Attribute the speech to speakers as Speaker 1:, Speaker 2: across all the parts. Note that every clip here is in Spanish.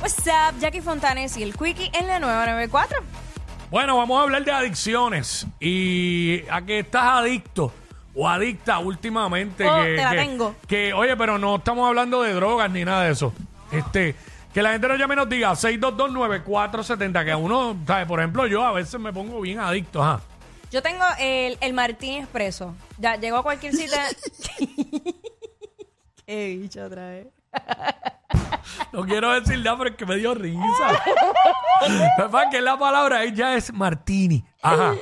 Speaker 1: What's up, Jackie Fontanes y el Quickie en la nueva 94.
Speaker 2: Bueno, vamos a hablar de adicciones y a que estás adicto o adicta últimamente.
Speaker 1: Oh,
Speaker 2: que,
Speaker 1: te la
Speaker 2: que-
Speaker 1: tengo.
Speaker 2: que, oye, pero no estamos hablando de drogas ni nada de eso. Este, que la gente nos llame y nos diga 6229470, que a uno, ¿sabes? Por ejemplo, yo a veces me pongo bien adicto, ajá.
Speaker 1: Yo tengo el, el Martín Expreso. Ya llego a cualquier cita. Qué bicho otra vez.
Speaker 2: No quiero decir nada, pero es que me dio risa. Papá, que la palabra ella es martini. Ajá.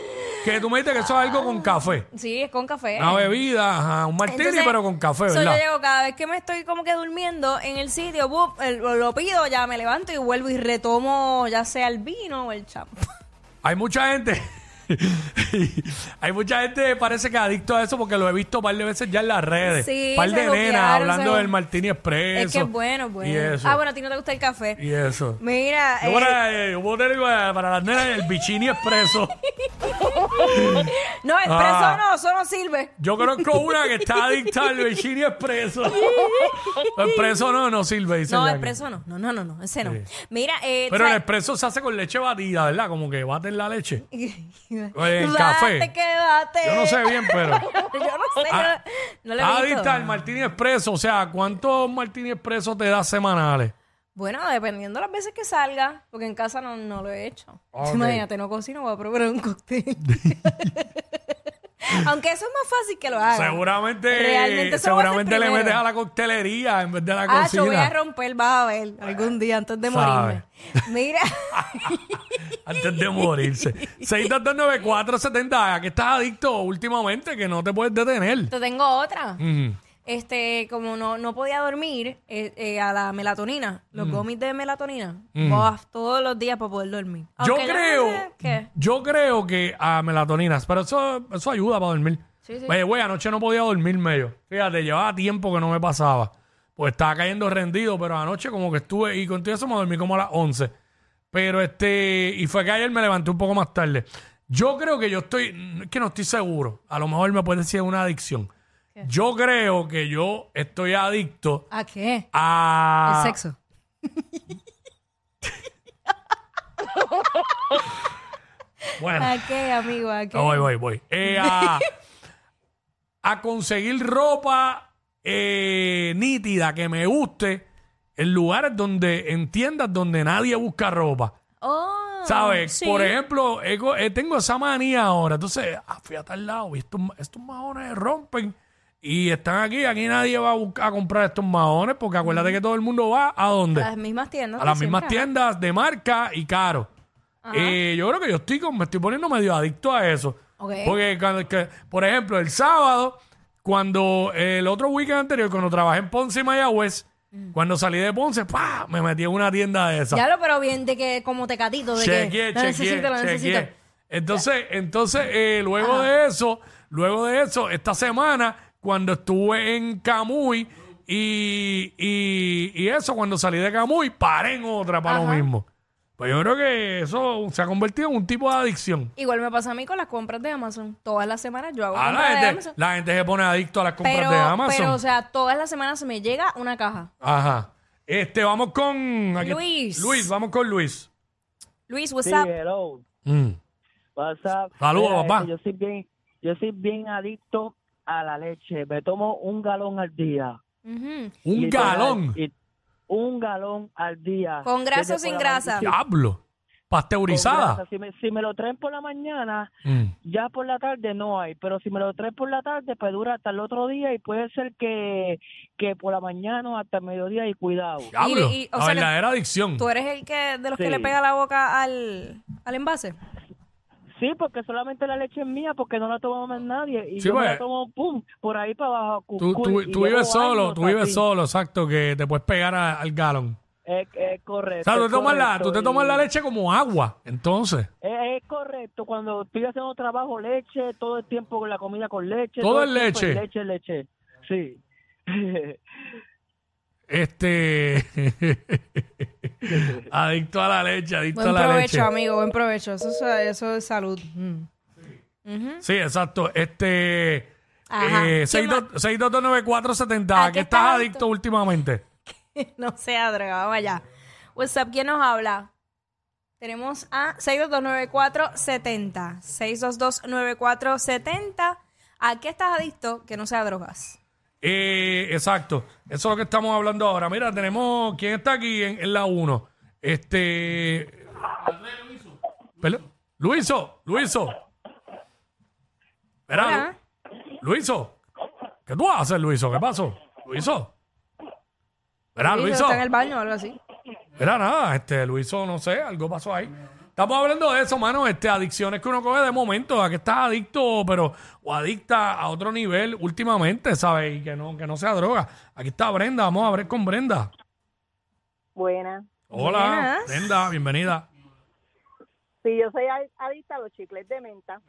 Speaker 2: Que tú me dices que eso es algo con café.
Speaker 1: Sí, es con café.
Speaker 2: Una bebida, ajá. Un martini,
Speaker 1: Eh. Entonces,
Speaker 2: pero con café,
Speaker 1: so, yo
Speaker 2: ¿verdad?
Speaker 1: llego cada vez que me estoy como que durmiendo en el sitio, bup, el- lo, lo pido, ya me levanto y vuelvo y retomo ya sea el vino o el champán.
Speaker 2: Hay mucha gente. hay mucha gente que parece que adicto a eso porque lo he visto un par de veces ya en las redes.
Speaker 1: Sí,
Speaker 2: Un par
Speaker 1: se
Speaker 2: de nenas
Speaker 1: copiaron,
Speaker 2: hablando
Speaker 1: se-
Speaker 2: del martini expreso.
Speaker 1: Es que es bueno, es bueno.
Speaker 2: Y eso.
Speaker 1: Ah, bueno, a ti no te gusta el café.
Speaker 2: Y eso.
Speaker 1: Mira,
Speaker 2: Yo
Speaker 1: eh,
Speaker 2: para, eh, yo voy a tener para- para las nenas el bichini expreso.
Speaker 1: no, expreso
Speaker 2: Ah.
Speaker 1: no, eso no sirve.
Speaker 2: Yo conozco una que está adicta al bichini expreso. expreso no, no sirve, dice
Speaker 1: No,
Speaker 2: Jackie.
Speaker 1: expreso no. No, no, no, no, ese no.
Speaker 2: Sí.
Speaker 1: Mira, eh,
Speaker 2: Pero el
Speaker 1: ¿sabes?
Speaker 2: expreso se hace con leche batida, ¿verdad? Como que baten la leche. el café.
Speaker 1: Bate que bate.
Speaker 2: Yo no sé bien, pero...
Speaker 1: yo no sé,
Speaker 2: Ah.
Speaker 1: yo no lo he visto.
Speaker 2: Adicta al martini expreso. O sea, ¿cuántos martini expreso te das semanales?
Speaker 1: Bueno, dependiendo las veces que salga, porque en casa no, no lo he hecho.
Speaker 2: Ah, Ok.
Speaker 1: Imagínate, no cocino, voy a probar un cóctel. Aunque eso es más fácil que lo haga.
Speaker 2: Seguramente,
Speaker 1: Ah, Realmente eso lo voy a hacer
Speaker 2: seguramente le
Speaker 1: primero.
Speaker 2: metes a la coctelería en vez de la
Speaker 1: Ah, yo voy a
Speaker 2: cocina.
Speaker 1: romper, vas a ver, algún día antes de
Speaker 2: Sabe.
Speaker 1: morirme. Mira,
Speaker 2: Antes de morirse. 6229470. ¿A qué estás adicto últimamente que no te puedes detener?
Speaker 1: te tengo otra.
Speaker 2: Mm.
Speaker 1: Este, como no, no podía dormir eh, eh, a la melatonina, los
Speaker 2: Mm.
Speaker 1: gomis de melatonina, buah, todos los días para poder dormir.
Speaker 2: Yo
Speaker 1: Aunque no
Speaker 2: creo,
Speaker 1: sé qué.
Speaker 2: yo creo que a melatoninas, pero eso, eso ayuda para dormir.
Speaker 1: Sí, sí.
Speaker 2: Oye, güey, anoche no podía dormirme yo. Fíjate, llevaba tiempo que no me pasaba. Pues estaba cayendo rendido, pero anoche como que estuve, y contigo eso me dormí como a las 11. Pero este, y fue que ayer me levanté un poco más tarde. Yo creo que yo estoy, mm, es que no estoy seguro. A lo mejor me puede decir una adicción. Yo creo que yo estoy adicto
Speaker 1: ¿A qué?
Speaker 2: a...
Speaker 1: El sexo.
Speaker 2: Bueno.
Speaker 1: ¿A qué, amigo? ¿A qué?
Speaker 2: No, voy, voy, voy. Eh, a, a conseguir ropa eh, nítida que me guste en lugares donde, en tiendas donde nadie busca ropa.
Speaker 1: Oh,
Speaker 2: ¿Sabes?
Speaker 1: sí.
Speaker 2: Por ejemplo, he co- eh, tengo esa manía ahora. Entonces, ah, fui a tal lado y estos, ma- estos mahones rompen y están aquí. Aquí nadie va a, buscar, a comprar estos mahones porque acuérdate que todo el mundo va a dónde?
Speaker 1: A las mismas tiendas.
Speaker 2: a
Speaker 1: de
Speaker 2: las mismas
Speaker 1: siempre.
Speaker 2: tiendas de marca y caro. Eh, yo creo que yo estoy con- me estoy poniendo medio adicto a eso.
Speaker 1: Ok.
Speaker 2: Porque, cuando- que- por ejemplo, el sábado, cuando el otro weekend anterior, cuando trabajé en Ponce y Mayagüez, cuando salí de Ponce, ¡pa! me metí en una tienda de esas.
Speaker 1: Mm. Ya lo, pero bien de que como tecatito, de
Speaker 2: Chequeé,
Speaker 1: que lo necesito,
Speaker 2: chequeé,
Speaker 1: lo necesito.
Speaker 2: chequeé. Entonces, entonces eh, luego de eso, luego de eso, esta semana, cuando estuve en Camuy y, y, y eso, cuando salí de Camuy, paré en otra para lo mismo. Pues yo creo que eso se ha convertido en un tipo de adicción.
Speaker 1: Igual me pasa a mí con las compras de Amazon. Todas las semanas yo hago
Speaker 2: Ah, la,
Speaker 1: compras de
Speaker 2: gente,
Speaker 1: Amazon.
Speaker 2: la gente se pone adicto a las compras
Speaker 1: Pero,
Speaker 2: de Amazon.
Speaker 1: pero, o sea, todas las semanas me llega una caja.
Speaker 2: Ajá. Este, vamos con... aquí-
Speaker 1: Luis.
Speaker 2: Luis, vamos con Luis.
Speaker 1: Luis, what's
Speaker 3: Sí,
Speaker 1: up?
Speaker 4: eh.
Speaker 3: hello.
Speaker 2: Mm.
Speaker 3: What's up?
Speaker 2: Saludos,
Speaker 3: Mira,
Speaker 2: papá.
Speaker 3: este, Yo soy, bien, yo soy bien adicto a la leche. Me tomo un galón al día.
Speaker 1: Ujú.
Speaker 2: Un
Speaker 3: Literal.
Speaker 2: galón.
Speaker 3: Y- un galón al día.
Speaker 1: ¿Con grasa o
Speaker 3: Desde
Speaker 1: sin
Speaker 3: por la
Speaker 1: grasa?
Speaker 3: mañana-
Speaker 2: Diablo.
Speaker 3: Con
Speaker 2: Pasteurizada.
Speaker 3: grasa. Si me, si me lo traen por la mañana,
Speaker 2: Mm.
Speaker 3: ya por la tarde no hay. Pero si me lo traen por la tarde, pues dura hasta el otro día y puede ser que, que por la mañana o hasta el mediodía y cuidado.
Speaker 2: Diablo,
Speaker 1: Y- y- o
Speaker 2: la
Speaker 1: sea que
Speaker 2: verdadera adicción.
Speaker 1: ¿Tú eres el que de los que
Speaker 3: Sí.
Speaker 1: le pega la boca al, al envase?
Speaker 3: Sí, porque solamente la leche es mía, porque no la toma más nadie. Y
Speaker 2: Sí,
Speaker 3: yo me
Speaker 2: pues.
Speaker 3: la tomo, pum, por ahí para abajo.
Speaker 2: Tú, tú-
Speaker 3: cucuy, y
Speaker 2: tú vives
Speaker 3: llevo
Speaker 2: solo,
Speaker 3: años
Speaker 2: tú vives
Speaker 3: así.
Speaker 2: solo, exacto, que te puedes pegar a- al galón.
Speaker 3: Es, es
Speaker 2: O
Speaker 3: correcto.
Speaker 2: sea, tú,
Speaker 3: es
Speaker 2: tomas la, tú
Speaker 3: correcto,
Speaker 2: te tomas
Speaker 3: y-
Speaker 2: la leche como agua, entonces.
Speaker 3: Es, es correcto. Cuando estoy haciendo trabajo, leche, todo el tiempo con la comida con leche.
Speaker 2: Todo es
Speaker 3: el tiempo
Speaker 2: leche.
Speaker 3: es Leche, leche. Sí.
Speaker 2: Este. adicto a la leche, adicto
Speaker 1: Buen
Speaker 2: a la
Speaker 1: provecho,
Speaker 2: leche.
Speaker 1: amigo, buen provecho. Eso, es- eso es salud. Mm.
Speaker 2: Sí, exacto. Este.
Speaker 1: Ajá.
Speaker 2: Eh,
Speaker 1: ¿Quién
Speaker 2: 62- 6229470.
Speaker 1: ¿A
Speaker 2: ¿A
Speaker 1: qué
Speaker 2: qué estás
Speaker 1: estás
Speaker 2: adicto últimamente?
Speaker 1: no sea droga, vamos allá. WhatsApp, ¿quién nos habla? Tenemos a 6229470. 6229470. ¿A qué estás adicto que no sea drogas?
Speaker 2: Eh, exacto. Eso es lo que estamos hablando ahora. Mira, tenemos. ¿Quién está aquí en, en la 1? Este. Perdón. Luiso, Luiso. Mira,
Speaker 1: Hola.
Speaker 2: Lu- Luiso. ¿Qué tú haces, Luiso? ¿Qué pasó? Luiso. Mira,
Speaker 1: Luis,
Speaker 2: Luiso.
Speaker 1: Está en el baño o algo así.
Speaker 2: Era nada, este, Luiso, no sé, algo pasó ahí. Estamos hablando de eso, mano, este, adicciones que uno coge de momento, a que estás adicto, pero, o adicta a otro nivel últimamente, ¿sabes? Y que no, que no sea droga. Aquí está Brenda, vamos a ver con Brenda.
Speaker 5: Buena.
Speaker 2: Hola,
Speaker 1: Buenas.
Speaker 2: Brenda, bienvenida.
Speaker 5: Sí, yo soy ad- adicta a los chicles de menta.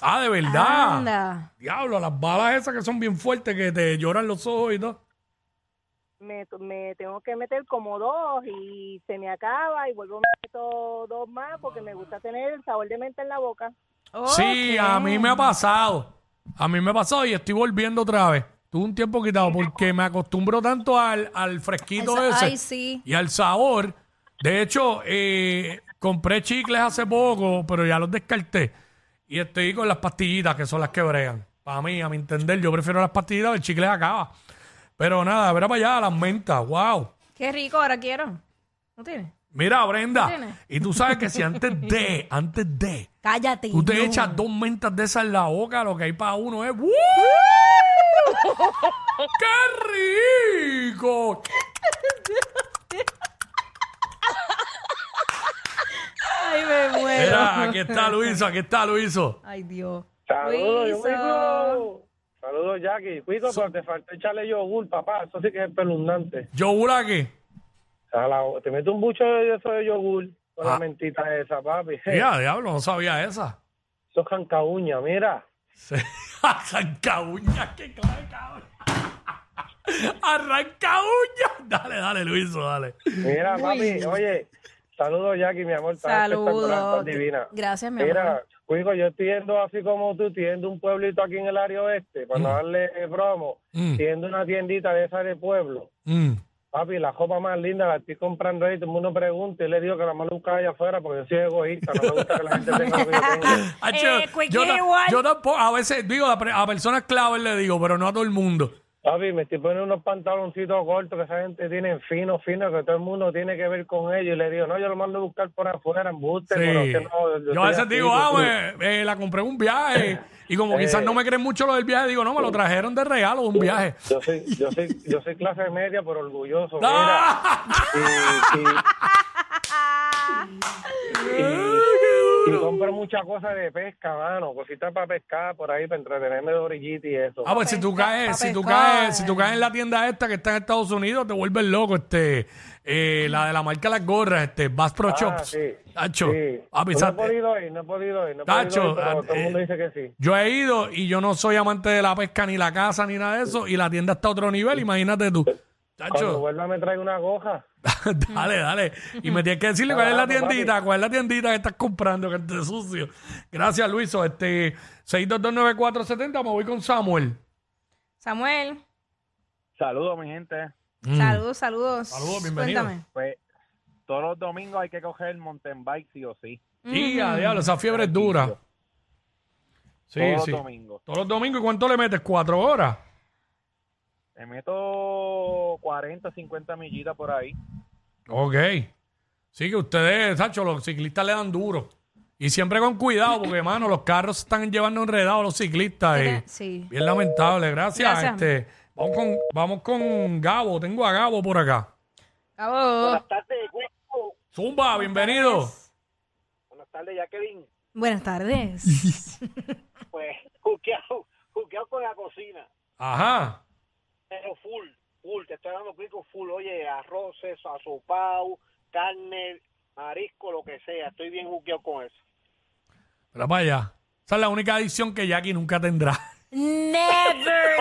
Speaker 2: Ah, de verdad.
Speaker 1: Anda.
Speaker 2: Diablo, las balas esas que son bien fuertes, que te lloran los ojos y todo.
Speaker 5: Me, me tengo que meter como dos y se me acaba y vuelvo a meter dos más porque me gusta tener el sabor de menta en la boca.
Speaker 2: Sí, a mí me ha pasado. A mí me ha pasado y estoy volviendo otra vez. Tuve un tiempo quitado porque me acostumbro tanto al, al fresquito
Speaker 1: Eso-
Speaker 2: ese.
Speaker 1: ay, sí.
Speaker 2: Y al sabor. De hecho, eh, compré chicles hace poco, pero ya los descarté. Y estoy con las pastillitas, que son las que bregan. Para mí, a mi entender, yo prefiero las pastillitas, el chicle acaba. Pero nada, verá para allá, las mentas, wow.
Speaker 1: Qué rico, ahora quiero. ¿No tienes?
Speaker 2: Mira, Brenda,
Speaker 1: ¿Tienes?
Speaker 2: y tú sabes que si antes de, antes de,
Speaker 1: Cállate.
Speaker 2: tú te
Speaker 1: no.
Speaker 2: echas dos mentas de esas en la boca, lo que hay para uno es ¡Woo! ¡Qué rico!
Speaker 1: Ay, me muero.
Speaker 2: Mira, aquí está Luiso, aquí está Luiso.
Speaker 1: Ay, Dios.
Speaker 4: Saludos,
Speaker 1: Luiso.
Speaker 4: Luiso. Saludos, Jackie. Cuiso, pero te faltó echarle yogur, papá. Eso sí que es espeluznante.
Speaker 2: Yo aquí.
Speaker 4: A la- te metes un bucho de eso de yogur con
Speaker 2: Ah.
Speaker 4: la mentita esa, papi.
Speaker 2: Ya, diablo, no sabía esa.
Speaker 4: Eso es jancauña, mira.
Speaker 2: Sí. Arranca uñas, qué clave, cabrón. Arranca uñas. Dale, dale, Luiso, dale.
Speaker 4: Mira, papi. Oye, saludos, Jackie, mi amor. Estás espectacular,
Speaker 1: Saludos.
Speaker 4: estás divina.
Speaker 1: Gracias, mi
Speaker 4: Mira,
Speaker 1: amor.
Speaker 4: Cuico, yo estoy yendo así como tú, estoy yendo a un pueblito aquí en el área oeste,
Speaker 1: Mm.
Speaker 4: para no darle eh, promo,
Speaker 2: Mm.
Speaker 4: estoy yendo a una tiendita de esa de pueblo.
Speaker 2: Mm.
Speaker 4: Papi, la ropa más linda la estoy comprando ahí. Todo el mundo pregunta y le digo que la más buscaba allá afuera porque yo soy egoísta. No me gusta que la gente tenga lo que yo tengo.
Speaker 2: Ah,
Speaker 1: Eh,
Speaker 2: che,
Speaker 1: Quickie
Speaker 2: yo, ta-
Speaker 1: igual.
Speaker 2: yo tampoco, a veces digo, a, pre- a personas claves le digo, pero no a todo el mundo.
Speaker 4: Papi, me estoy poniendo unos pantaloncitos cortos que esa gente tiene finos, finos, que todo el mundo tiene que ver con ellos. Y le digo, no, yo lo mando a buscar por afuera, en buste.
Speaker 2: Sí. yo a veces digo, ah, me- eh, la compré en un viaje. Y como quizás no me creen mucho lo del viaje, digo, no, me lo trajeron de regalo de un viaje.
Speaker 4: Yo soy, yo, soy, yo soy clase media, pero orgulloso. Mira,
Speaker 2: ¡Ah!
Speaker 4: y, y- y- y compro muchas cosas de pesca, mano. Cositas para pescar por ahí, para entretenerme de orillita y eso.
Speaker 2: Ah, pues si tú
Speaker 1: pesca-
Speaker 2: caes,
Speaker 1: pa'
Speaker 2: si tú
Speaker 1: pescar.
Speaker 2: caes, si tú caes en la tienda esta que está en Estados Unidos, te vuelves loco, este, eh, la de la marca Las Gorras, este, Bass Pro
Speaker 4: Ah,
Speaker 2: Shops.
Speaker 4: sí,
Speaker 2: Tacho,
Speaker 4: sí. Pues
Speaker 2: papi,
Speaker 4: no he
Speaker 2: sa-
Speaker 4: podido ir, no he podido ir. No he
Speaker 2: Tacho,
Speaker 4: podido ir, pero
Speaker 2: ah,
Speaker 4: todo el mundo
Speaker 2: eh,
Speaker 4: dice que sí.
Speaker 2: yo he ido y yo no soy amante de la pesca, ni la casa, ni nada de eso, y la tienda está a otro nivel, imagínate tú.
Speaker 4: Cuando
Speaker 2: Tacho,
Speaker 4: vuelva me trae una goja.
Speaker 2: dale, dale. Y me tienes que decirle cuál es la
Speaker 4: Claro, papi.
Speaker 2: tiendita, cuál es la tiendita que estás comprando, que esté sucio. Gracias, Luiso. Este, 6229470, me voy con Samuel.
Speaker 1: Samuel,
Speaker 6: Saludos, mi gente.
Speaker 2: Mm.
Speaker 1: saludos, saludos.
Speaker 2: Saludos, bienvenido.
Speaker 1: Cuéntame.
Speaker 6: Pues todos los domingos hay que coger mountain bike sí o sí.
Speaker 2: Y a diablo, esa fiebre es dura. Sí,
Speaker 6: todos
Speaker 2: sí.
Speaker 6: los domingos.
Speaker 2: Todos los domingos, ¿y cuánto le metes? ¿Cuatro horas?
Speaker 6: Me meto 40, 50 millitas por ahí.
Speaker 2: Ok. Sí, que ustedes, Sacho, los ciclistas le dan duro. Y siempre con cuidado, porque, hermano, los carros se están llevando enredados los ciclistas.
Speaker 1: Mira,
Speaker 2: y-
Speaker 1: Sí.
Speaker 2: bien lamentable, gracias.
Speaker 1: Gracias.
Speaker 2: Este, vamos, con, vamos con Gabo, tengo a Gabo por acá.
Speaker 1: Cabo.
Speaker 2: Zumba, bienvenido.
Speaker 7: Buenas tardes, Jacqueline.
Speaker 1: Buenas tardes.
Speaker 7: Pues, juqueado, juqueado con la cocina.
Speaker 2: Ajá.
Speaker 7: Pero full, full. Te estoy dando pico full. Oye, arroces, asopao, carne, marisco, lo que sea. Estoy bien juqueado con eso.
Speaker 2: Pero para allá. Esa es la única adicción que Jackie nunca tendrá.
Speaker 1: Never.